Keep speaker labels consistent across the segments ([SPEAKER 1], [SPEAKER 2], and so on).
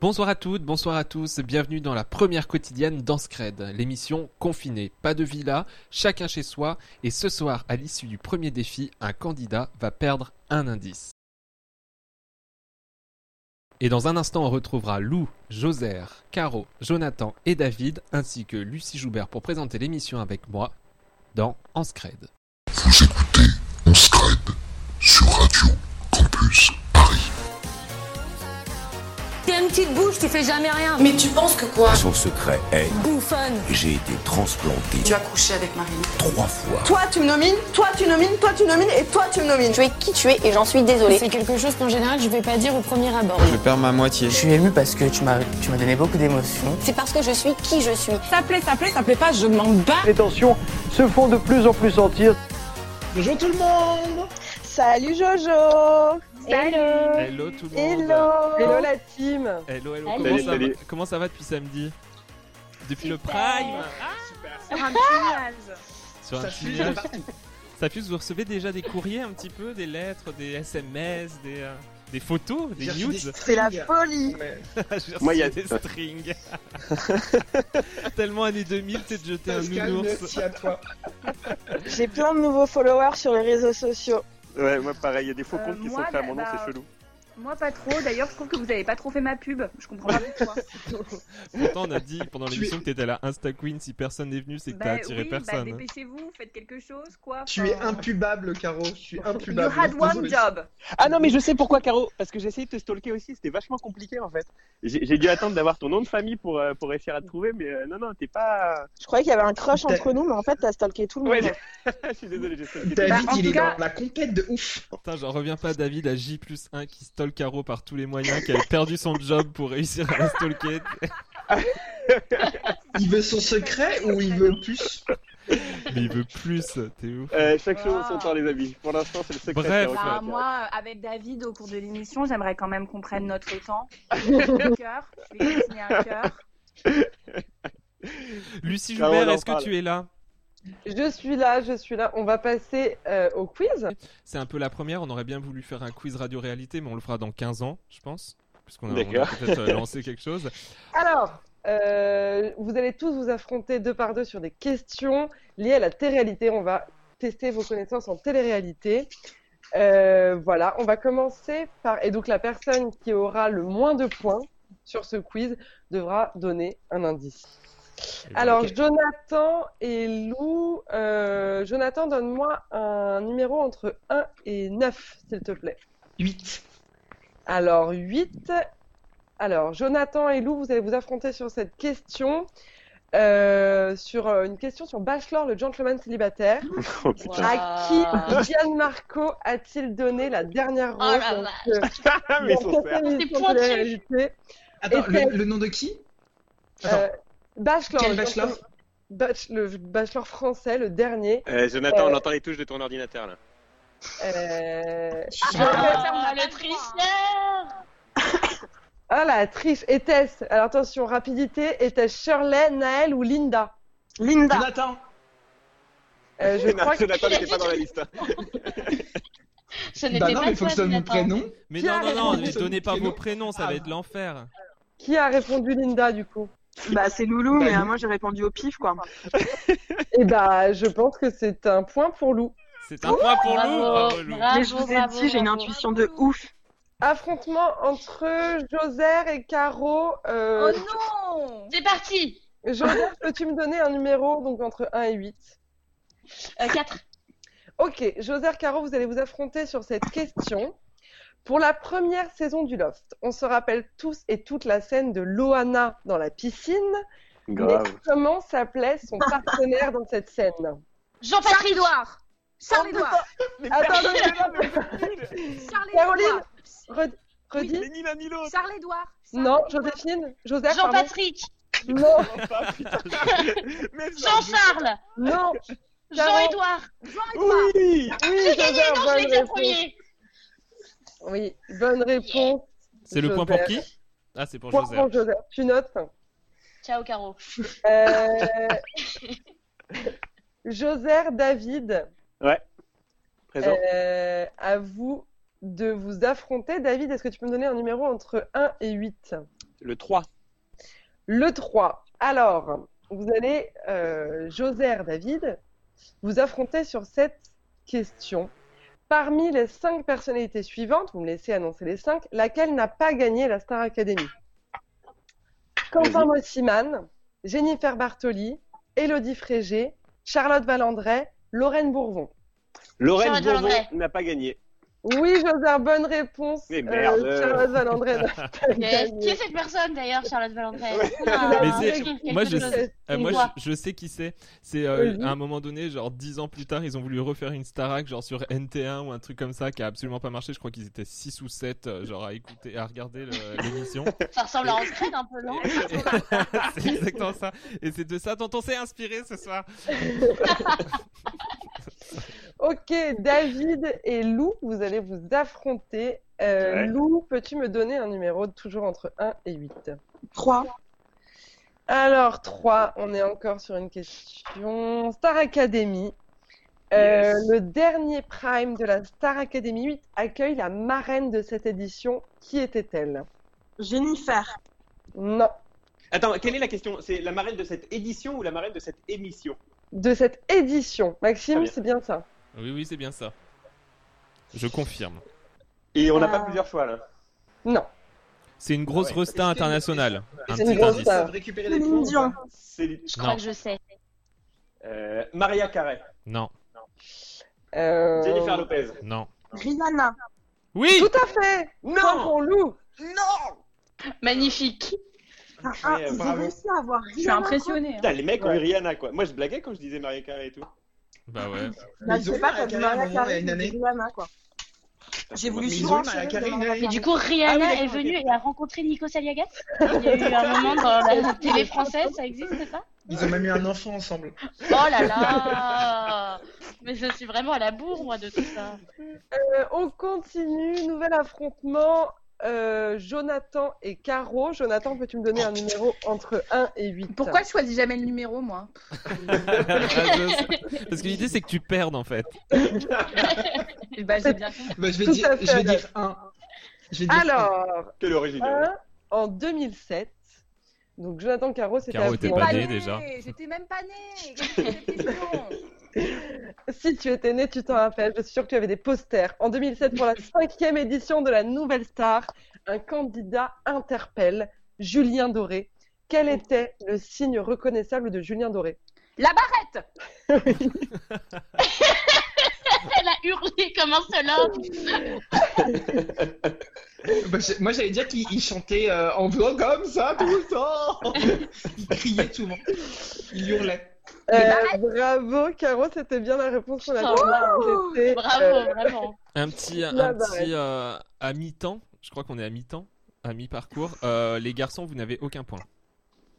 [SPEAKER 1] Bonsoir à toutes, bonsoir à tous, bienvenue dans la première quotidienne d'Anscred, l'émission confinée, pas de villa, chacun chez soi, et ce soir, à l'issue du premier défi, un candidat va perdre un indice. Et dans un instant, on retrouvera Lou, Joser, Caro, Jonathan et David, ainsi que Lucie Joubert pour présenter l'émission avec moi dans Anscred.
[SPEAKER 2] Vous écoutez Onscred sur Radio Campus Paris.
[SPEAKER 3] T'es une petite bouche, tu fais jamais rien.
[SPEAKER 4] Mais tu penses que quoi
[SPEAKER 5] Son secret est
[SPEAKER 3] Bouffonne.
[SPEAKER 5] j'ai été transplanté
[SPEAKER 4] Tu as couché avec Marine.
[SPEAKER 5] trois fois.
[SPEAKER 6] Toi tu me nomines, toi tu nomines, toi tu nomines et toi tu me nomines.
[SPEAKER 7] Tu es qui tu es et j'en suis désolée.
[SPEAKER 8] C'est quelque chose qu'en général je vais pas dire au premier abord.
[SPEAKER 9] Je perds ma moitié.
[SPEAKER 10] Je suis émue parce que tu m'as, tu m'as donné beaucoup d'émotions.
[SPEAKER 7] C'est parce que je suis qui je suis.
[SPEAKER 8] Ça plaît, ça plaît, ça plaît pas, je m'en bats.
[SPEAKER 11] Les tensions se font de plus en plus sentir.
[SPEAKER 12] Bonjour tout le monde
[SPEAKER 6] Salut Jojo
[SPEAKER 7] Hello.
[SPEAKER 1] Hello tout le monde
[SPEAKER 6] Hello
[SPEAKER 12] Hello la team
[SPEAKER 1] Hello, hello.
[SPEAKER 7] Salut,
[SPEAKER 1] Comment, ça
[SPEAKER 13] salut.
[SPEAKER 1] va, comment ça va depuis samedi Depuis le
[SPEAKER 7] Super.
[SPEAKER 1] Prime
[SPEAKER 13] Ah, Super,
[SPEAKER 14] sur un petit nuage.
[SPEAKER 1] Sur un
[SPEAKER 13] ça
[SPEAKER 1] petit
[SPEAKER 13] fuse
[SPEAKER 1] nuage.
[SPEAKER 13] de partout.
[SPEAKER 1] Ça fuse, vous recevez déjà des courriers un petit peu, des lettres, des SMS, des, euh, des photos, des
[SPEAKER 13] J'ai reçu
[SPEAKER 1] news
[SPEAKER 13] des
[SPEAKER 6] C'est la
[SPEAKER 13] strings.
[SPEAKER 6] folie
[SPEAKER 13] Ouais.
[SPEAKER 1] Moi,
[SPEAKER 13] Moi,
[SPEAKER 1] il
[SPEAKER 13] il y a-
[SPEAKER 1] des strings. Tellement années 2000, c'est de jeter un
[SPEAKER 13] Pascal,
[SPEAKER 1] nounours.
[SPEAKER 13] merci à toi.
[SPEAKER 6] J'ai plein de nouveaux followers sur les réseaux sociaux.
[SPEAKER 14] Ouais, moi pareil, il y a des faux
[SPEAKER 8] Euh,
[SPEAKER 14] comptes qui
[SPEAKER 8] moi,
[SPEAKER 14] sont faits à mon nom,
[SPEAKER 8] bah,
[SPEAKER 14] c'est chelou.
[SPEAKER 8] Moi pas trop, d'ailleurs je trouve que vous avez pas trop fait ma pub, je comprends pas pourquoi.
[SPEAKER 1] Pourtant, on a dit pendant l'émission que t'étais la Insta Queen. Si personne n'est venu, c'est que t'as
[SPEAKER 8] Bah
[SPEAKER 1] attiré
[SPEAKER 8] oui, bah
[SPEAKER 14] hein.
[SPEAKER 1] personne.
[SPEAKER 8] dépêchez-vous, faites quelque chose quoi.
[SPEAKER 13] Tu es
[SPEAKER 8] Enfin,
[SPEAKER 13] impubable, Caro. Je suis
[SPEAKER 8] You
[SPEAKER 6] bah,
[SPEAKER 13] impubable.
[SPEAKER 8] had one
[SPEAKER 13] Désolé.
[SPEAKER 8] job.
[SPEAKER 14] Ah non, mais je sais pourquoi, Caro Parce que j'ai essayé de te stalker aussi, c'était vachement compliqué en fait. J'ai j'ai dû attendre d'avoir ton nom de famille pour, euh, pour réussir à te trouver, mais euh, non, non, t'es pas.
[SPEAKER 6] Je croyais qu'il y avait un crush
[SPEAKER 13] T'as-
[SPEAKER 6] entre nous, mais en fait t'as stalké tout le
[SPEAKER 14] Ouais,
[SPEAKER 6] monde.
[SPEAKER 14] je je suis désolé, j'ai stalké.
[SPEAKER 8] Bah,
[SPEAKER 13] David,
[SPEAKER 8] en
[SPEAKER 13] il
[SPEAKER 8] tout
[SPEAKER 13] est
[SPEAKER 8] cas-
[SPEAKER 13] dans la conquête de ouf.
[SPEAKER 1] Putain, j'en reviens pas à David à J 1 qui stalk Caro par tous les moyens, qui a perdu son job pour réussir à la stalker.
[SPEAKER 13] Il veut son secret ou il veut plus
[SPEAKER 1] Mais il veut plus, t'es ouf.
[SPEAKER 14] Euh, chaque chose en son
[SPEAKER 8] Wow.
[SPEAKER 14] temps, les amis. Pour l'instant, c'est le secret.
[SPEAKER 1] Bref.
[SPEAKER 14] Caro, qui
[SPEAKER 8] Bah,
[SPEAKER 14] m'intéresse.
[SPEAKER 8] moi euh, avec David au cours de l'émission, j'aimerais quand même qu'on prenne notre temps. Le cœur, je vais dessiner un cœur.
[SPEAKER 1] Lucie
[SPEAKER 14] Ah, on
[SPEAKER 1] Joubert,
[SPEAKER 14] en
[SPEAKER 1] est-ce que
[SPEAKER 14] parle.
[SPEAKER 1] tu es là
[SPEAKER 15] Je suis là, je suis là. On va passer euh, au quiz.
[SPEAKER 1] C'est un peu la première. On aurait bien voulu faire un quiz radio-réalité, mais on le fera dans 15 ans, je pense. Puisqu'on a, on a
[SPEAKER 14] D'accord.
[SPEAKER 1] peut-être euh, lancé quelque chose.
[SPEAKER 15] Alors, euh, vous allez tous vous affronter deux par deux sur des questions liées à la télé-réalité. On va tester vos connaissances en télé-réalité. Euh, voilà, on va commencer par... Et donc la personne qui aura le moins de points sur ce quiz devra donner un indice.
[SPEAKER 1] Et
[SPEAKER 15] Alors,
[SPEAKER 1] voilà.
[SPEAKER 15] Jonathan et Lou, euh, Jonathan, donne-moi un numéro entre 1 et 9, s'il te plaît.
[SPEAKER 13] 8.
[SPEAKER 15] Alors, 8. Alors, Jonathan et Lou, vous allez vous affronter sur cette question. Euh, sur euh, une question sur Bachelor, le gentleman célibataire.
[SPEAKER 14] Oh, putain.
[SPEAKER 13] Ah.
[SPEAKER 15] À
[SPEAKER 8] Bah,
[SPEAKER 15] qui Gianmarco a-t-il donné la dernière
[SPEAKER 14] Oh
[SPEAKER 15] rose
[SPEAKER 14] la
[SPEAKER 15] donc, euh,
[SPEAKER 14] Ah, mais
[SPEAKER 15] dans
[SPEAKER 14] son
[SPEAKER 15] cette
[SPEAKER 14] frère.
[SPEAKER 15] émission
[SPEAKER 14] pointu.
[SPEAKER 15] de réalité
[SPEAKER 13] Attends,
[SPEAKER 15] Et
[SPEAKER 13] le, le nom de qui Attends.
[SPEAKER 15] Euh, Bachelor,
[SPEAKER 13] Quel
[SPEAKER 15] le
[SPEAKER 13] Bachelor
[SPEAKER 15] gentleman- Bach- le Bachelor français, le dernier.
[SPEAKER 14] Euh, Jonathan, on
[SPEAKER 15] Euh,
[SPEAKER 14] entend les touches de ton ordinateur là.
[SPEAKER 15] Euh,
[SPEAKER 8] Ah,
[SPEAKER 7] le tricheur
[SPEAKER 15] Ah la triche, était-ce Alors attention, rapidité, était-ce Shirley, Naël ou Linda
[SPEAKER 6] Linda
[SPEAKER 13] Jonathan.
[SPEAKER 8] Bah,
[SPEAKER 15] Euh, Je
[SPEAKER 14] Non,
[SPEAKER 15] crois que
[SPEAKER 14] Jonathan n'était pas dans la liste.
[SPEAKER 7] Ce
[SPEAKER 13] Bah non, mais faut que je donne mon prénom.
[SPEAKER 1] Mais
[SPEAKER 15] Qui
[SPEAKER 1] non,
[SPEAKER 15] a
[SPEAKER 1] non, non,
[SPEAKER 13] répondu
[SPEAKER 1] mais
[SPEAKER 13] ce
[SPEAKER 1] donnez pas
[SPEAKER 13] prénom
[SPEAKER 1] vos prénoms, ça
[SPEAKER 8] Ah.
[SPEAKER 1] va être l'enfer.
[SPEAKER 15] qui a répondu Linda du coup
[SPEAKER 6] Bah c'est Loulou, mais euh, moi j'ai répondu au pif quoi.
[SPEAKER 15] Eh bah je pense que c'est un point pour Lou.
[SPEAKER 1] C'est un point pour nous. Ah, bravo, Lou.
[SPEAKER 6] mais je vous ai dit, j'ai une intuition de ouf.
[SPEAKER 15] Affrontement entre Joser et Caro. Euh,
[SPEAKER 8] Oh non
[SPEAKER 7] C'est parti
[SPEAKER 15] Joser, peux-tu me donner un numéro donc entre 1 et 8
[SPEAKER 7] 4.
[SPEAKER 15] Ok, Joser Caro, vous allez vous affronter sur cette question. Pour la première saison du Loft, on se rappelle tous et toute la scène de Loana dans la piscine. Mais
[SPEAKER 14] Grave.
[SPEAKER 15] comment s'appelait son partenaire dans cette scène
[SPEAKER 7] Jean-Patrick
[SPEAKER 8] Charles-Édouard Charles-Édouard
[SPEAKER 15] Attendez,
[SPEAKER 8] Charles-Édouard
[SPEAKER 15] Red- redis
[SPEAKER 14] Mais ni l'un ni l'autre.
[SPEAKER 8] Charles-Édouard
[SPEAKER 15] Non, Joséphine Joseph pardon.
[SPEAKER 7] Jean-Patrick
[SPEAKER 15] Non,
[SPEAKER 14] Vraiment pas, putain. Mais
[SPEAKER 7] Jean-Charles
[SPEAKER 15] non
[SPEAKER 7] Jean-Édouard
[SPEAKER 8] Jean-Édouard
[SPEAKER 14] Oui
[SPEAKER 15] Oui,
[SPEAKER 7] J'ai gagné,
[SPEAKER 15] Joseph,
[SPEAKER 7] non, je l'ai dit
[SPEAKER 15] bonne
[SPEAKER 7] en
[SPEAKER 15] réponse.
[SPEAKER 7] premier
[SPEAKER 15] Oui, bonne réponse.
[SPEAKER 1] C'est le point pour
[SPEAKER 15] Joseph.
[SPEAKER 1] qui Ah, c'est pour
[SPEAKER 15] Point
[SPEAKER 1] Joseph.
[SPEAKER 15] pour Joseph. Tu notes
[SPEAKER 7] Ciao Caro
[SPEAKER 15] Euh, Joser David,
[SPEAKER 14] Présent.
[SPEAKER 15] euh, à vous de vous affronter. David, est-ce que tu peux me donner un numéro entre 1 et 8
[SPEAKER 14] Le 3.
[SPEAKER 15] Le 3. Alors, vous allez, euh, Joser, David, vous affronter sur cette question. Parmi les cinq personnalités suivantes, vous me laissez annoncer les cinq, laquelle n'a pas gagné la Star Academy Quentin Mossiman, Jennifer Bartoli, Elodie Frégé, Charlotte Valandret, Lorraine Bourvon.
[SPEAKER 14] Lorraine
[SPEAKER 15] Charlotte
[SPEAKER 14] Bourvon
[SPEAKER 15] Valandret.
[SPEAKER 14] n'a pas gagné.
[SPEAKER 15] Oui, Joser, bonne réponse. Euh,
[SPEAKER 14] Mais merde.
[SPEAKER 15] Charlotte Valandret n'a pas
[SPEAKER 7] Mais
[SPEAKER 15] gagné.
[SPEAKER 7] Qui est cette personne d'ailleurs, Charlotte Valandret
[SPEAKER 1] Mais
[SPEAKER 7] Ah,
[SPEAKER 1] c'est-
[SPEAKER 7] quelque
[SPEAKER 1] moi, je,
[SPEAKER 7] chose.
[SPEAKER 1] sais- euh,
[SPEAKER 7] Une
[SPEAKER 1] moi
[SPEAKER 7] voix.
[SPEAKER 1] je, je sais qui c'est. C'est euh,
[SPEAKER 7] Vas-y.
[SPEAKER 1] à un moment donné, genre 10 ans plus tard, ils ont voulu refaire une Starac, genre sur NT1 ou un truc comme ça, qui a absolument pas marché. Je crois qu'ils étaient 6 ou 7 genre à écouter, à regarder le- l'émission.
[SPEAKER 7] Ça ressemble à Anscred un peu, non
[SPEAKER 1] c'est exactement ça. Et c'est de ça dont on s'est inspiré ce soir.
[SPEAKER 15] Ok, David et Lou, vous allez vous affronter. Euh,
[SPEAKER 14] Ouais.
[SPEAKER 15] Lou, peux-tu me donner un numéro toujours entre 1 et 8
[SPEAKER 6] 3.
[SPEAKER 15] Alors, 3, on est encore sur une question. Star Academy. Euh,
[SPEAKER 6] Yes.
[SPEAKER 15] Le dernier prime de la Star Academy 8 accueille la marraine de cette édition. Qui était-elle
[SPEAKER 6] Jennifer.
[SPEAKER 15] Non,
[SPEAKER 14] Attends, quelle est la question C'est la marraine de cette édition ou la marraine de cette émission
[SPEAKER 15] de cette édition. Maxime,
[SPEAKER 14] Très bien.
[SPEAKER 15] c'est bien ça.
[SPEAKER 1] Oui, oui, c'est bien ça. Je confirme.
[SPEAKER 14] Et on n'a
[SPEAKER 8] Euh,
[SPEAKER 14] pas plusieurs choix là.
[SPEAKER 15] Non.
[SPEAKER 1] C'est une grosse
[SPEAKER 14] Ah ouais.
[SPEAKER 1] resta internationale. Un
[SPEAKER 14] C'est
[SPEAKER 1] petit
[SPEAKER 14] une grosse
[SPEAKER 1] indice.
[SPEAKER 14] star. Récupérer les points, ou pas C'est-
[SPEAKER 7] Je
[SPEAKER 1] Non.
[SPEAKER 7] crois que je sais.
[SPEAKER 14] Euh, Maria Carré.
[SPEAKER 1] Non,
[SPEAKER 14] Jennifer Lopez.
[SPEAKER 1] non.
[SPEAKER 6] Rihanna.
[SPEAKER 1] Oui
[SPEAKER 15] Euh, Tout à fait Non pour Lou
[SPEAKER 6] Non
[SPEAKER 7] Magnifique.
[SPEAKER 6] Ah,
[SPEAKER 14] Mais, euh,
[SPEAKER 6] ils ont
[SPEAKER 14] bravo.
[SPEAKER 6] réussi à avoir Rihanna. quoi.
[SPEAKER 14] Putain, les mecs ont eu
[SPEAKER 6] Ouais.
[SPEAKER 14] Rihanna quoi. Moi je blaguais quand je disais Maria Carré et tout.
[SPEAKER 1] Bah ouais.
[SPEAKER 6] Bah, je
[SPEAKER 13] Ils ont
[SPEAKER 6] sais
[SPEAKER 13] eu
[SPEAKER 6] pas,
[SPEAKER 13] Maria
[SPEAKER 6] t'as dit
[SPEAKER 13] Carey à
[SPEAKER 6] Maria
[SPEAKER 13] un moment, il y a
[SPEAKER 6] Carey,
[SPEAKER 13] une
[SPEAKER 6] j'ai
[SPEAKER 13] année.
[SPEAKER 6] dit Rihanna, quoi. J'ai voulu
[SPEAKER 13] Mais ils ont eu
[SPEAKER 6] suivre
[SPEAKER 13] Mariah Carey une
[SPEAKER 6] hein.
[SPEAKER 13] année.
[SPEAKER 7] Et du coup,
[SPEAKER 13] Ah oui,
[SPEAKER 7] Rihanna
[SPEAKER 13] d'accord,
[SPEAKER 7] est
[SPEAKER 13] ok.
[SPEAKER 7] venue et a rencontré Nico Aliagas Il y a eu un moment dans la télé française, ça existe ça
[SPEAKER 13] Ils ont même eu un enfant ensemble.
[SPEAKER 7] Oh là là Mais je suis vraiment à la bourre, moi, de tout ça.
[SPEAKER 15] Euh, on continue, nouvel affrontement. euh, Jonathan et Caro. Jonathan, peux-tu me donner un numéro entre 1 et 8
[SPEAKER 8] Pourquoi je choisis jamais le numéro, moi
[SPEAKER 1] Parce que l'idée c'est que tu perdes en fait.
[SPEAKER 8] Eh ben, j'ai bien compris.
[SPEAKER 13] Bah, je vais
[SPEAKER 15] Tout
[SPEAKER 13] dire,
[SPEAKER 15] à fait,
[SPEAKER 13] je vais
[SPEAKER 15] là.
[SPEAKER 13] dire un. Je vais dire
[SPEAKER 15] Alors,
[SPEAKER 14] Quelle origine hein.
[SPEAKER 15] 1 en 2007. Donc Jonathan Caro, c'était
[SPEAKER 1] Caro
[SPEAKER 15] à
[SPEAKER 1] était
[SPEAKER 15] vous.
[SPEAKER 1] pas née déjà.
[SPEAKER 8] J'étais même pas née. Qu'est-ce que c'est que cette question
[SPEAKER 15] Si tu étais né, tu t'en rappelles. Je suis sûre que tu avais des posters. En 2007, pour la cinquième édition de la Nouvelle Star, un candidat interpelle Julien Doré. Quel était le signe reconnaissable de Julien Doré
[SPEAKER 8] La barrette
[SPEAKER 7] Elle a hurlé comme un seul homme.
[SPEAKER 15] Ah
[SPEAKER 13] Bah, j'ai- moi j'allais dire qu'il il chantait euh, en faisant comme ça tout le temps. il criait souvent. Il hurlait.
[SPEAKER 15] Euh, bravo, Caro, c'était bien la réponse qu'on a
[SPEAKER 7] Putain,
[SPEAKER 15] donnée. C'était, euh,
[SPEAKER 7] Bravo, vraiment.
[SPEAKER 1] Un petit, un
[SPEAKER 15] La barrette.
[SPEAKER 1] petit euh, à mi-temps. Je crois qu'on est à mi-temps, à mi-parcours. Euh, les garçons, vous n'avez aucun point.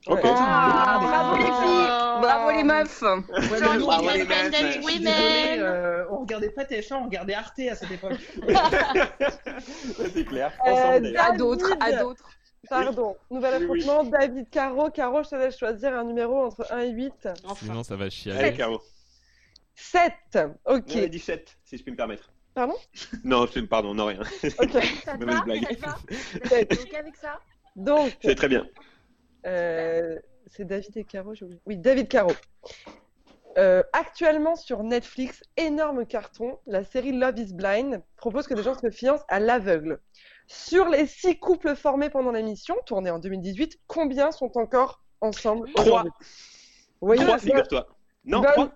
[SPEAKER 14] Ok.
[SPEAKER 8] Ah, Bravo les filles Bravo les meufs
[SPEAKER 13] Ouais,
[SPEAKER 7] Don't
[SPEAKER 13] mais nous,
[SPEAKER 7] be
[SPEAKER 13] on regardait pas,
[SPEAKER 7] independent
[SPEAKER 13] je suis
[SPEAKER 7] women.
[SPEAKER 13] désolé, euh, on regardait pas TF1, on regardait Arte à cette époque.
[SPEAKER 14] Ça, C'est clair.
[SPEAKER 15] Euh,
[SPEAKER 14] Ensemble, d'ailleurs.
[SPEAKER 8] À d'autres, à
[SPEAKER 15] David.
[SPEAKER 8] d'autres.
[SPEAKER 15] Pardon, nouvel
[SPEAKER 14] Oui, oui.
[SPEAKER 15] affrontement, David Caro. Caro, je te laisse choisir un numéro entre 1 et 8.
[SPEAKER 1] Sinon, ça va
[SPEAKER 14] Allez,
[SPEAKER 1] chialer.
[SPEAKER 14] Caro.
[SPEAKER 15] 7, ok.
[SPEAKER 14] On a dit 7, si je puis me permettre.
[SPEAKER 15] Pardon
[SPEAKER 14] Non, je, pardon, non, rien.
[SPEAKER 15] Ok.
[SPEAKER 8] Ça te
[SPEAKER 14] Mauvaise
[SPEAKER 8] va
[SPEAKER 14] blague.
[SPEAKER 8] Ça te va
[SPEAKER 15] Sept.
[SPEAKER 8] T'es OK avec ça
[SPEAKER 15] Donc,
[SPEAKER 14] C'est très bien.
[SPEAKER 15] euh, c'est David et Caro, j'ai oublié. Oui, David Caro. Euh, actuellement sur Netflix, énorme carton, la série Love is Blind propose que des gens se fiancent à l'aveugle. Sur les six couples formés pendant l'émission, tournée en 2018, combien sont encore ensemble
[SPEAKER 14] Trois.
[SPEAKER 15] aujourd'hui Oui,
[SPEAKER 14] 3,
[SPEAKER 15] bah,
[SPEAKER 14] figure-toi. Non,
[SPEAKER 15] Bonne.
[SPEAKER 14] 3.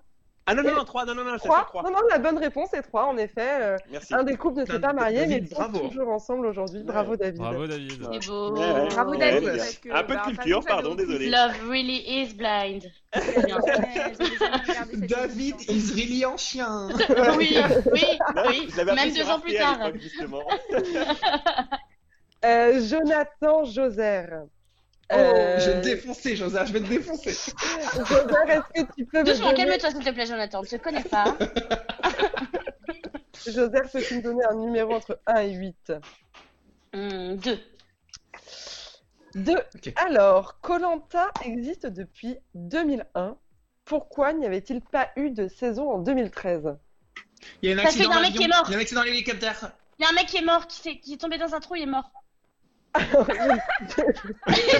[SPEAKER 14] Ah non, non, non, 3, non, non, non, ça
[SPEAKER 15] trois.
[SPEAKER 14] c'est 3.
[SPEAKER 15] Non, non, la bonne réponse est 3, en effet. euh,
[SPEAKER 14] Merci.
[SPEAKER 15] Un des couples ne s'est
[SPEAKER 13] David,
[SPEAKER 15] pas marié, mais ils sont
[SPEAKER 13] bravo.
[SPEAKER 15] toujours ensemble aujourd'hui. Bravo, David.
[SPEAKER 1] Bravo David.
[SPEAKER 7] C'est beau.
[SPEAKER 14] Ouais, ouais.
[SPEAKER 8] Bravo
[SPEAKER 14] Ouais,
[SPEAKER 8] David,
[SPEAKER 14] les gars.
[SPEAKER 8] parce que,
[SPEAKER 14] Un peu de
[SPEAKER 8] bah,
[SPEAKER 14] culture,
[SPEAKER 8] façon, j'avais
[SPEAKER 14] pardon,
[SPEAKER 8] aucune
[SPEAKER 14] désolé.
[SPEAKER 7] Love really is blind. C'est bien.
[SPEAKER 13] David is really en chien.
[SPEAKER 7] Oui, oui,
[SPEAKER 14] Non,
[SPEAKER 7] oui.
[SPEAKER 14] je l'avais appris
[SPEAKER 7] Même
[SPEAKER 14] sur
[SPEAKER 7] deux ans
[SPEAKER 14] Arte
[SPEAKER 7] plus
[SPEAKER 14] à
[SPEAKER 7] tard.
[SPEAKER 14] l'époque, justement.
[SPEAKER 15] Euh, Jonathan Euh, Joser.
[SPEAKER 13] Oh, je vais te défoncer, José, je vais te défoncer.
[SPEAKER 15] Joser, est-ce que tu peux me
[SPEAKER 7] Doucement,
[SPEAKER 15] donner...
[SPEAKER 7] calme-toi, s'il te plaît, Jonathan. On ne se connaît pas.
[SPEAKER 15] Joser, peux-tu me donner un numéro entre 1 et 8
[SPEAKER 7] Hum, deux.
[SPEAKER 15] 2.
[SPEAKER 13] Ok.
[SPEAKER 15] Alors, Colanta existe depuis 2001. Pourquoi n'y avait-il pas eu de saison en 2013
[SPEAKER 13] Il y a un
[SPEAKER 7] Ça fait
[SPEAKER 13] accident
[SPEAKER 7] un
[SPEAKER 13] dans
[SPEAKER 7] mec qui est
[SPEAKER 13] l'avion,
[SPEAKER 7] mort.
[SPEAKER 13] Il y a un accident dans l'hélicoptère.
[SPEAKER 7] Il y a un mec qui est mort, qui, s'est- qui est tombé dans un trou, il est mort.
[SPEAKER 14] Je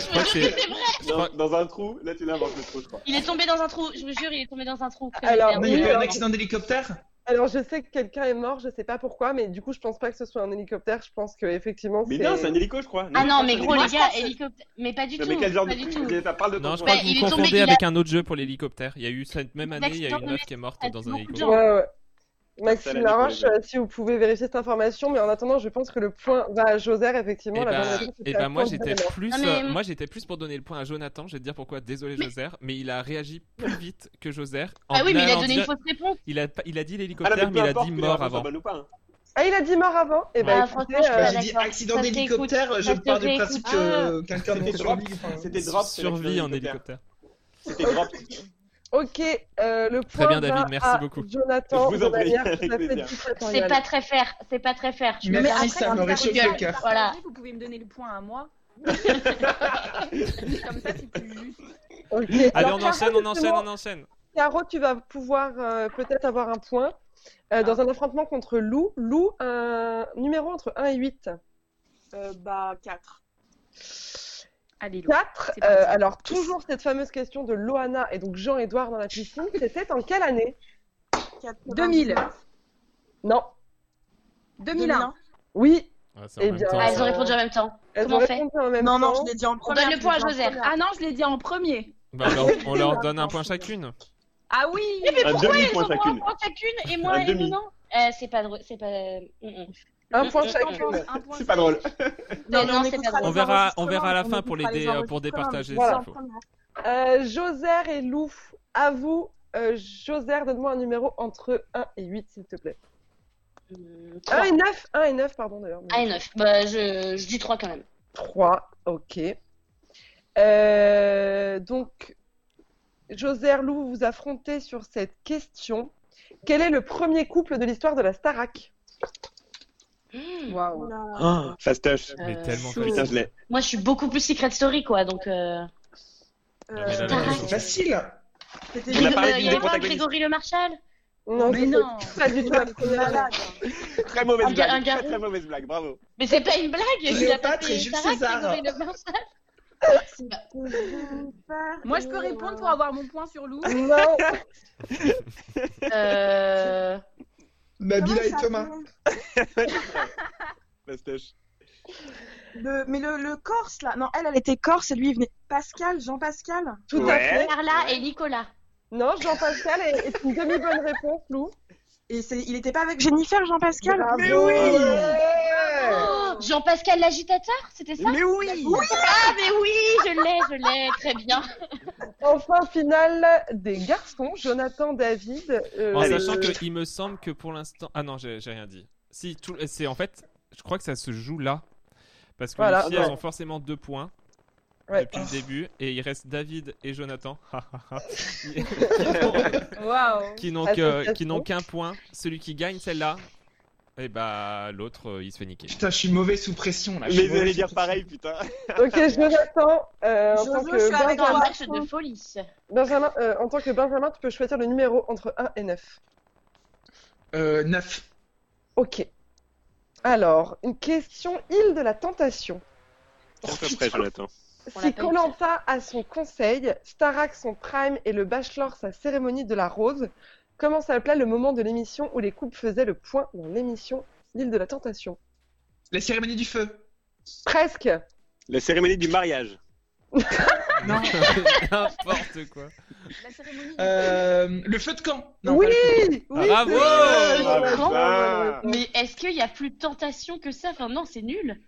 [SPEAKER 14] crois que c'est-
[SPEAKER 7] c'est
[SPEAKER 14] dans, dans un trou, là tu l'inventes le trou, je crois.
[SPEAKER 7] Il est tombé dans un trou, je vous jure, il est tombé dans un trou. Président.
[SPEAKER 15] Alors,
[SPEAKER 7] Ah
[SPEAKER 15] mais il y a eu un
[SPEAKER 13] Accident d'hélicoptère
[SPEAKER 15] Alors, je sais que quelqu'un est mort, je sais pas pourquoi, mais du coup, je pense pas que ce soit un hélicoptère. Je pense que effectivement,
[SPEAKER 14] Mais non, c'est un hélico, je crois. Non,
[SPEAKER 7] Ah non,
[SPEAKER 14] c'est
[SPEAKER 7] mais
[SPEAKER 14] un
[SPEAKER 7] gros,
[SPEAKER 14] hélico.
[SPEAKER 7] les gars, hélicoptère. Mais pas du
[SPEAKER 14] Non,
[SPEAKER 7] tout.
[SPEAKER 14] mais quel genre
[SPEAKER 7] pas
[SPEAKER 14] de
[SPEAKER 7] du
[SPEAKER 14] trou
[SPEAKER 7] tout.
[SPEAKER 14] Vous avez- Parle de ton
[SPEAKER 1] Non, je
[SPEAKER 14] choix.
[SPEAKER 1] crois
[SPEAKER 7] Ouais,
[SPEAKER 1] que vous
[SPEAKER 7] il est
[SPEAKER 1] vous
[SPEAKER 7] tombé,
[SPEAKER 1] confondez
[SPEAKER 7] il a-
[SPEAKER 1] avec un autre jeu pour l'hélicoptère. Il y a eu cette même année, il y a
[SPEAKER 7] L'accident
[SPEAKER 1] une meuf qui est morte dans un hélicoptère.
[SPEAKER 15] Ouais, ouais.
[SPEAKER 14] Ça,
[SPEAKER 15] Maxime
[SPEAKER 14] la
[SPEAKER 15] Laroche,
[SPEAKER 14] Nicole.
[SPEAKER 15] euh, si vous pouvez vérifier cette information, mais en attendant, je pense que le point va à Joser, effectivement.
[SPEAKER 1] Et
[SPEAKER 15] la bonne
[SPEAKER 1] bah,
[SPEAKER 15] réponse
[SPEAKER 1] eh
[SPEAKER 15] était à
[SPEAKER 1] bah, moi
[SPEAKER 15] Franck
[SPEAKER 1] j'étais
[SPEAKER 15] Bellon.
[SPEAKER 1] plus,
[SPEAKER 7] Non, mais-
[SPEAKER 1] euh, moi j'étais plus pour donner le point à Jonathan. Je vais te dire pourquoi. Désolé Joser, mais il a réagi plus vite que Joser. en
[SPEAKER 7] Ah oui, mais il a
[SPEAKER 1] allant
[SPEAKER 7] donné une
[SPEAKER 1] dire-
[SPEAKER 7] fausse réponse.
[SPEAKER 1] Il a, pas- il a dit
[SPEAKER 14] Ah,
[SPEAKER 1] l'hélicoptère,
[SPEAKER 14] non,
[SPEAKER 1] mais
[SPEAKER 14] mais
[SPEAKER 1] il
[SPEAKER 14] peu
[SPEAKER 1] a
[SPEAKER 14] importe
[SPEAKER 1] dit
[SPEAKER 14] que les
[SPEAKER 1] mort
[SPEAKER 14] gens soient
[SPEAKER 1] avant.
[SPEAKER 14] bonnes ou pas, hein.
[SPEAKER 15] Ah, il a dit mort avant Eh ben,
[SPEAKER 7] Ah,
[SPEAKER 15] écoutez,
[SPEAKER 7] franchement, je suis
[SPEAKER 15] euh,
[SPEAKER 7] pas
[SPEAKER 13] J'ai dit
[SPEAKER 7] d'accord.
[SPEAKER 13] accident
[SPEAKER 7] Ça
[SPEAKER 13] d'hélicoptère,
[SPEAKER 7] s'écoute.
[SPEAKER 13] je
[SPEAKER 7] Ça
[SPEAKER 13] pars du
[SPEAKER 7] s'écoute.
[SPEAKER 13] principe
[SPEAKER 7] Ah.
[SPEAKER 13] que quelqu'un
[SPEAKER 14] C'était
[SPEAKER 13] meurt sur
[SPEAKER 14] drop.
[SPEAKER 13] lui, enfin.
[SPEAKER 14] C'était drop. c'est
[SPEAKER 1] Survie
[SPEAKER 14] l'accident
[SPEAKER 1] en hélicoptère.
[SPEAKER 14] C'était drop.
[SPEAKER 15] Ok, euh, le
[SPEAKER 1] Très
[SPEAKER 15] point
[SPEAKER 1] bien, David,
[SPEAKER 15] va
[SPEAKER 1] merci
[SPEAKER 15] à
[SPEAKER 1] beaucoup.
[SPEAKER 15] Jonathan,
[SPEAKER 14] Je vous
[SPEAKER 15] de
[SPEAKER 14] en prie,
[SPEAKER 15] manière
[SPEAKER 14] avec
[SPEAKER 15] tout à fait
[SPEAKER 14] plaisir.
[SPEAKER 15] dictatoriale.
[SPEAKER 7] C'est pas très fair, c'est pas très fair. Je me
[SPEAKER 13] Merci,
[SPEAKER 7] mets après
[SPEAKER 13] ça
[SPEAKER 7] dans
[SPEAKER 13] me
[SPEAKER 7] le
[SPEAKER 13] réchauffe
[SPEAKER 7] Google.
[SPEAKER 13] le cœur.
[SPEAKER 7] Voilà.
[SPEAKER 8] Vous pouvez me donner le point à moi. Comme ça, c'est plus juste.
[SPEAKER 15] Ok.
[SPEAKER 1] Allez,
[SPEAKER 15] Alors,
[SPEAKER 1] on
[SPEAKER 15] Clara,
[SPEAKER 1] enchaîne, on enchaîne,
[SPEAKER 15] justement,
[SPEAKER 1] on enchaîne.
[SPEAKER 15] Caro, tu vas pouvoir euh, peut-être avoir un point
[SPEAKER 14] Ah.
[SPEAKER 15] euh, dans un affrontement contre Lou. Lou, un numéro entre 1 et 8.
[SPEAKER 8] Euh, bah, 4. Allez, Lou.
[SPEAKER 15] 4.
[SPEAKER 8] C'est parti.
[SPEAKER 15] Euh, alors, toujours cette fameuse question de Loana et donc Jean-Édouard dans la piscine, c'était en quelle année
[SPEAKER 8] 2000.
[SPEAKER 15] Non.
[SPEAKER 8] 2001.
[SPEAKER 15] Oui.
[SPEAKER 1] Ouais, c'est en
[SPEAKER 15] Eh
[SPEAKER 1] même
[SPEAKER 15] bien,
[SPEAKER 1] temps,
[SPEAKER 7] Ah,
[SPEAKER 1] ça.
[SPEAKER 7] elles ont répondu en même temps.
[SPEAKER 15] Elles
[SPEAKER 7] Comment
[SPEAKER 15] ont
[SPEAKER 7] on fait
[SPEAKER 15] répondu en même
[SPEAKER 12] Non, non,
[SPEAKER 15] temps.
[SPEAKER 12] je l'ai dit en
[SPEAKER 7] On
[SPEAKER 12] premier.
[SPEAKER 7] donne le point à Joseph.
[SPEAKER 8] Ah non, je l'ai dit en premier.
[SPEAKER 1] Bah, on leur- on leur donne un point chacune.
[SPEAKER 8] Ah oui
[SPEAKER 7] Mais
[SPEAKER 14] Un
[SPEAKER 7] pourquoi elles
[SPEAKER 14] demi-point
[SPEAKER 7] ont droit à un
[SPEAKER 14] chacune.
[SPEAKER 7] point chacune et moi
[SPEAKER 14] Un
[SPEAKER 7] et nous
[SPEAKER 14] demi.
[SPEAKER 7] non Euh, C'est pas drôle, c'est pas. Mm, mm.
[SPEAKER 15] Un point
[SPEAKER 7] Mm, mm,
[SPEAKER 15] chacune.
[SPEAKER 8] Un point
[SPEAKER 14] C'est pas drôle.
[SPEAKER 7] Non,
[SPEAKER 8] mais
[SPEAKER 7] non,
[SPEAKER 8] on
[SPEAKER 7] c'est
[SPEAKER 8] écoutera
[SPEAKER 7] pas
[SPEAKER 1] On
[SPEAKER 7] drôle.
[SPEAKER 1] verra, on
[SPEAKER 8] les enregistrements,
[SPEAKER 1] verra à la
[SPEAKER 8] on
[SPEAKER 1] fin pour les,
[SPEAKER 8] écoutera
[SPEAKER 1] dé-
[SPEAKER 8] les
[SPEAKER 1] euh, pour départager
[SPEAKER 8] enregistrements.
[SPEAKER 1] s'il faut.
[SPEAKER 15] Euh, Joser et Lou, à vous. Euh, Joser, donne-moi un numéro entre 1 et 8, s'il te plaît.
[SPEAKER 7] Mm,
[SPEAKER 15] 1
[SPEAKER 7] trois.
[SPEAKER 15] et 9, 1 et 9, pardon d'ailleurs.
[SPEAKER 7] Ah, et neuf. Bah, je, je dis 3 quand même.
[SPEAKER 15] 3, ok. Euh, donc, Joser, Lou, vous vous affrontez sur cette question. Quel est le premier couple de l'histoire de la Starac
[SPEAKER 7] Mm.
[SPEAKER 8] Waouh.
[SPEAKER 14] Ah, Fastoche.
[SPEAKER 1] Mais
[SPEAKER 7] Euh,
[SPEAKER 1] tellement
[SPEAKER 7] chaud.
[SPEAKER 14] Putain, je l'ai.
[SPEAKER 7] Moi, je suis beaucoup plus Secret Story, quoi. Donc, euh...
[SPEAKER 1] mais là, la
[SPEAKER 7] Starac.
[SPEAKER 1] question,
[SPEAKER 13] C'est facile
[SPEAKER 8] C'était
[SPEAKER 14] On a
[SPEAKER 7] Grég-
[SPEAKER 14] parlé
[SPEAKER 7] euh,
[SPEAKER 14] du
[SPEAKER 7] y avait pas
[SPEAKER 14] protagoniste.
[SPEAKER 7] Grégory Le Marchal
[SPEAKER 15] Non,
[SPEAKER 8] Mais
[SPEAKER 15] je sais
[SPEAKER 8] non.
[SPEAKER 15] pas du tout la première.
[SPEAKER 8] malade.
[SPEAKER 14] Très mauvaise
[SPEAKER 7] Un gars- un
[SPEAKER 14] blague.
[SPEAKER 7] gars
[SPEAKER 14] Très, très
[SPEAKER 7] roux.
[SPEAKER 14] mauvaise blague. Bravo.
[SPEAKER 7] Mais c'est pas une blague. il a pas
[SPEAKER 13] Cléopâtre
[SPEAKER 7] fait
[SPEAKER 13] et Jules
[SPEAKER 7] Sarah,
[SPEAKER 13] César.
[SPEAKER 7] Grégory Le Marchal.
[SPEAKER 8] Moi, je peux répondre pour avoir mon point sur Lou.
[SPEAKER 15] Non,
[SPEAKER 7] Euh...
[SPEAKER 13] Babila et Thomas.
[SPEAKER 14] Fastoche.
[SPEAKER 12] Le- Mais le, le Corse, là. Non, elle, elle était Corse et lui, il venait Pascal, Jean-Pascal.
[SPEAKER 15] tout à
[SPEAKER 14] Ouais.
[SPEAKER 15] fait.
[SPEAKER 7] Carla et Nicolas.
[SPEAKER 15] Non, Jean-Pascal est, est une demi-bonne réponse, Lou.
[SPEAKER 12] Et c'est- il était pas avec Jennifer, Jean-Pascal
[SPEAKER 14] Mais oui
[SPEAKER 7] Oh, Jean-Pascal l'agitateur, c'était ça
[SPEAKER 14] Mais oui
[SPEAKER 7] Ah mais oui, je l'ai, je l'ai, très bien.
[SPEAKER 15] Enfin, finale des garçons, Jonathan, David. euh,
[SPEAKER 1] En
[SPEAKER 14] Allez.
[SPEAKER 1] sachant que il me semble que pour l'instant, ah non, j'ai j'ai rien dit. Si tout, c'est en fait, je crois que ça se joue là, parce que
[SPEAKER 15] Voilà,
[SPEAKER 1] les filles elles
[SPEAKER 15] ouais.
[SPEAKER 1] ont forcément deux points
[SPEAKER 15] Ouais.
[SPEAKER 1] depuis le début, et il reste David et Jonathan qui-
[SPEAKER 8] Waouh.
[SPEAKER 1] qui n'ont que- qui
[SPEAKER 15] Association.
[SPEAKER 1] n'ont qu'un point. Celui qui gagne celle-là, et bah l'autre euh, il se fait niquer.
[SPEAKER 13] Putain, je suis mauvais sous pression là. je suis
[SPEAKER 14] Mais
[SPEAKER 13] mauvais
[SPEAKER 14] j'allais
[SPEAKER 13] sous
[SPEAKER 14] dire
[SPEAKER 13] pression.
[SPEAKER 14] pareil, putain.
[SPEAKER 15] Ok, Jonathan, euh, en,
[SPEAKER 12] Jojo,
[SPEAKER 15] tant
[SPEAKER 12] je
[SPEAKER 15] que
[SPEAKER 12] suis avec
[SPEAKER 7] Dans un
[SPEAKER 12] toi.
[SPEAKER 15] Benjamin,
[SPEAKER 7] match de folie.
[SPEAKER 15] Benjamin- euh, en tant que Benjamin, tu peux choisir le numéro entre 1 et 9.
[SPEAKER 13] Euh, 9.
[SPEAKER 15] Ok. Alors, une question île de la tentation.
[SPEAKER 14] Un peu près, Jonathan.
[SPEAKER 7] On
[SPEAKER 15] Si
[SPEAKER 7] l'appelle.
[SPEAKER 15] Colanta a son conseil, Starak son prime et le Bachelor sa cérémonie de la rose, comment s'appelait le moment de l'émission où les couples faisaient le point dans l'émission Île de la tentation
[SPEAKER 13] La cérémonie du feu.
[SPEAKER 15] Presque
[SPEAKER 14] La cérémonie du mariage.
[SPEAKER 13] Non.
[SPEAKER 1] N'importe quoi.
[SPEAKER 8] La cérémonie.
[SPEAKER 13] Euh, le feu de camp. Non,
[SPEAKER 15] Oui,
[SPEAKER 13] pas le feu de camp.
[SPEAKER 15] oui,
[SPEAKER 1] Bravo
[SPEAKER 15] c'est
[SPEAKER 14] Ah,
[SPEAKER 15] vrai.
[SPEAKER 14] putain.
[SPEAKER 7] Mais est-ce qu'il y a plus de tentation que ça Enfin non, c'est nul.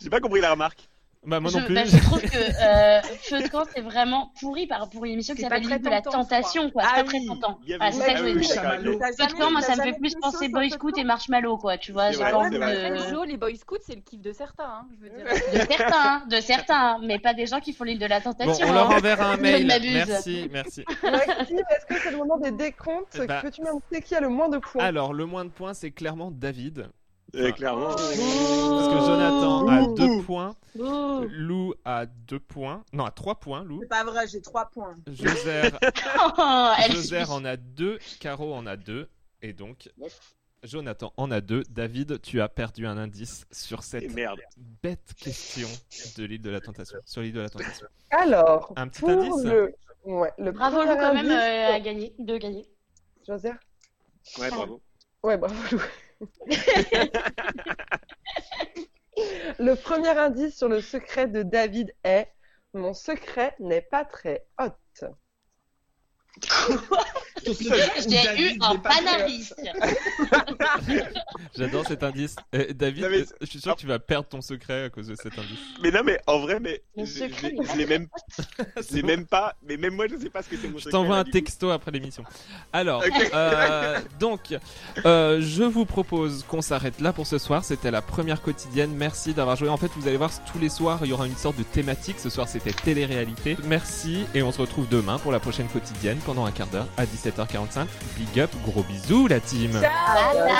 [SPEAKER 14] J'ai pas compris la remarque.
[SPEAKER 1] Bah moi
[SPEAKER 7] je,
[SPEAKER 1] non plus.
[SPEAKER 7] bah, je trouve que euh, Feu de camp c'est vraiment pourri par, pour une émission qui
[SPEAKER 8] C'est pas
[SPEAKER 7] s'appelle
[SPEAKER 8] très
[SPEAKER 7] L'île de la
[SPEAKER 8] tentant, je
[SPEAKER 7] tentation quoi.
[SPEAKER 14] Ah
[SPEAKER 7] C'est pas très
[SPEAKER 14] oui,
[SPEAKER 7] tentant.
[SPEAKER 14] il y avait-
[SPEAKER 7] Voilà, c'est ça que
[SPEAKER 14] Ah
[SPEAKER 7] je
[SPEAKER 14] oui,
[SPEAKER 7] voulais
[SPEAKER 14] oui,
[SPEAKER 7] dire.
[SPEAKER 14] d'accord, ok.
[SPEAKER 12] T'as
[SPEAKER 7] Feu de
[SPEAKER 12] jamais-
[SPEAKER 7] camp, moi
[SPEAKER 12] t'as
[SPEAKER 7] ça me
[SPEAKER 12] jamais
[SPEAKER 7] fait plus
[SPEAKER 12] fait chaud
[SPEAKER 7] penser
[SPEAKER 12] sur
[SPEAKER 7] Boy
[SPEAKER 12] Feu de
[SPEAKER 7] Scout
[SPEAKER 12] camp
[SPEAKER 7] et Marshmallow quoi. Tu vois,
[SPEAKER 14] C'est
[SPEAKER 7] j'ai
[SPEAKER 14] vrai,
[SPEAKER 7] pas envie
[SPEAKER 14] c'est
[SPEAKER 7] de
[SPEAKER 14] vrai.
[SPEAKER 8] Après, Jo, les Boy Scouts, c'est le kiff de certains, hein, je veux dire.
[SPEAKER 7] euh, de certains, hein, de certains, hein, mais pas des gens qui font l'île de la
[SPEAKER 1] Bon,
[SPEAKER 7] tentation.
[SPEAKER 1] on leur
[SPEAKER 7] hein.
[SPEAKER 1] enverra un
[SPEAKER 7] Je
[SPEAKER 1] mail.
[SPEAKER 7] m'abuse.
[SPEAKER 1] Merci, merci.
[SPEAKER 15] Maxime, est-ce que c'est le moment des décomptes
[SPEAKER 1] Bah.
[SPEAKER 15] Peux-tu m'indiquer qui a le moins de points
[SPEAKER 1] Alors le moins de points c'est clairement David.
[SPEAKER 14] Euh, clairement.
[SPEAKER 1] Parce que Jonathan a
[SPEAKER 14] Ouh.
[SPEAKER 1] deux points,
[SPEAKER 7] Ouh.
[SPEAKER 1] Lou a deux points, non à trois points, Lou.
[SPEAKER 12] C'est pas vrai, j'ai 3 points.
[SPEAKER 1] Joser,
[SPEAKER 7] Oh, elle
[SPEAKER 1] Joser
[SPEAKER 7] suit.
[SPEAKER 1] en a deux, Caro en a deux, et donc Jonathan en a deux. David, tu as perdu un indice sur cette bête question de l'île de la tentation. Sur l'île de la tentation.
[SPEAKER 15] Alors,
[SPEAKER 1] Ah, Un petit
[SPEAKER 15] pour
[SPEAKER 1] indice
[SPEAKER 15] le... Ouais, le
[SPEAKER 7] Bravo, Lou,
[SPEAKER 15] premier
[SPEAKER 7] quand même,
[SPEAKER 15] indice-
[SPEAKER 7] euh, à gagner, de gagner.
[SPEAKER 15] José
[SPEAKER 14] Ouais, bravo.
[SPEAKER 15] Ouais, bravo Lou. le premier indice sur le secret de David est Mon secret n'est pas très hot.
[SPEAKER 7] J'ai eu un panaris.
[SPEAKER 1] J'adore cet indice. Euh, David, euh, je suis sûr que tu vas perdre ton secret à cause de cet indice.
[SPEAKER 14] Mais non, mais en vrai, mais je,
[SPEAKER 7] secret,
[SPEAKER 14] je-
[SPEAKER 7] il est
[SPEAKER 14] je
[SPEAKER 7] pas
[SPEAKER 14] l'ai
[SPEAKER 7] très
[SPEAKER 14] même, je l'ai même pas. Mais même moi, je sais pas ce que c'est mon
[SPEAKER 1] Je
[SPEAKER 14] secret.
[SPEAKER 1] t'envoie
[SPEAKER 14] là,
[SPEAKER 1] un
[SPEAKER 14] du coup.
[SPEAKER 1] texto après l'émission. Alors,
[SPEAKER 14] Ok.
[SPEAKER 1] euh, donc, euh, je vous propose qu'on s'arrête là pour ce soir. C'était la première quotidienne. Merci d'avoir joué. En fait, vous allez voir, tous les soirs, il y aura une sorte de thématique. Ce soir, c'était télé-réalité. Merci et on se retrouve demain pour la prochaine quotidienne pendant un quart d'heure à 17h45. Big up, gros bisous la team.
[SPEAKER 7] Bye bye.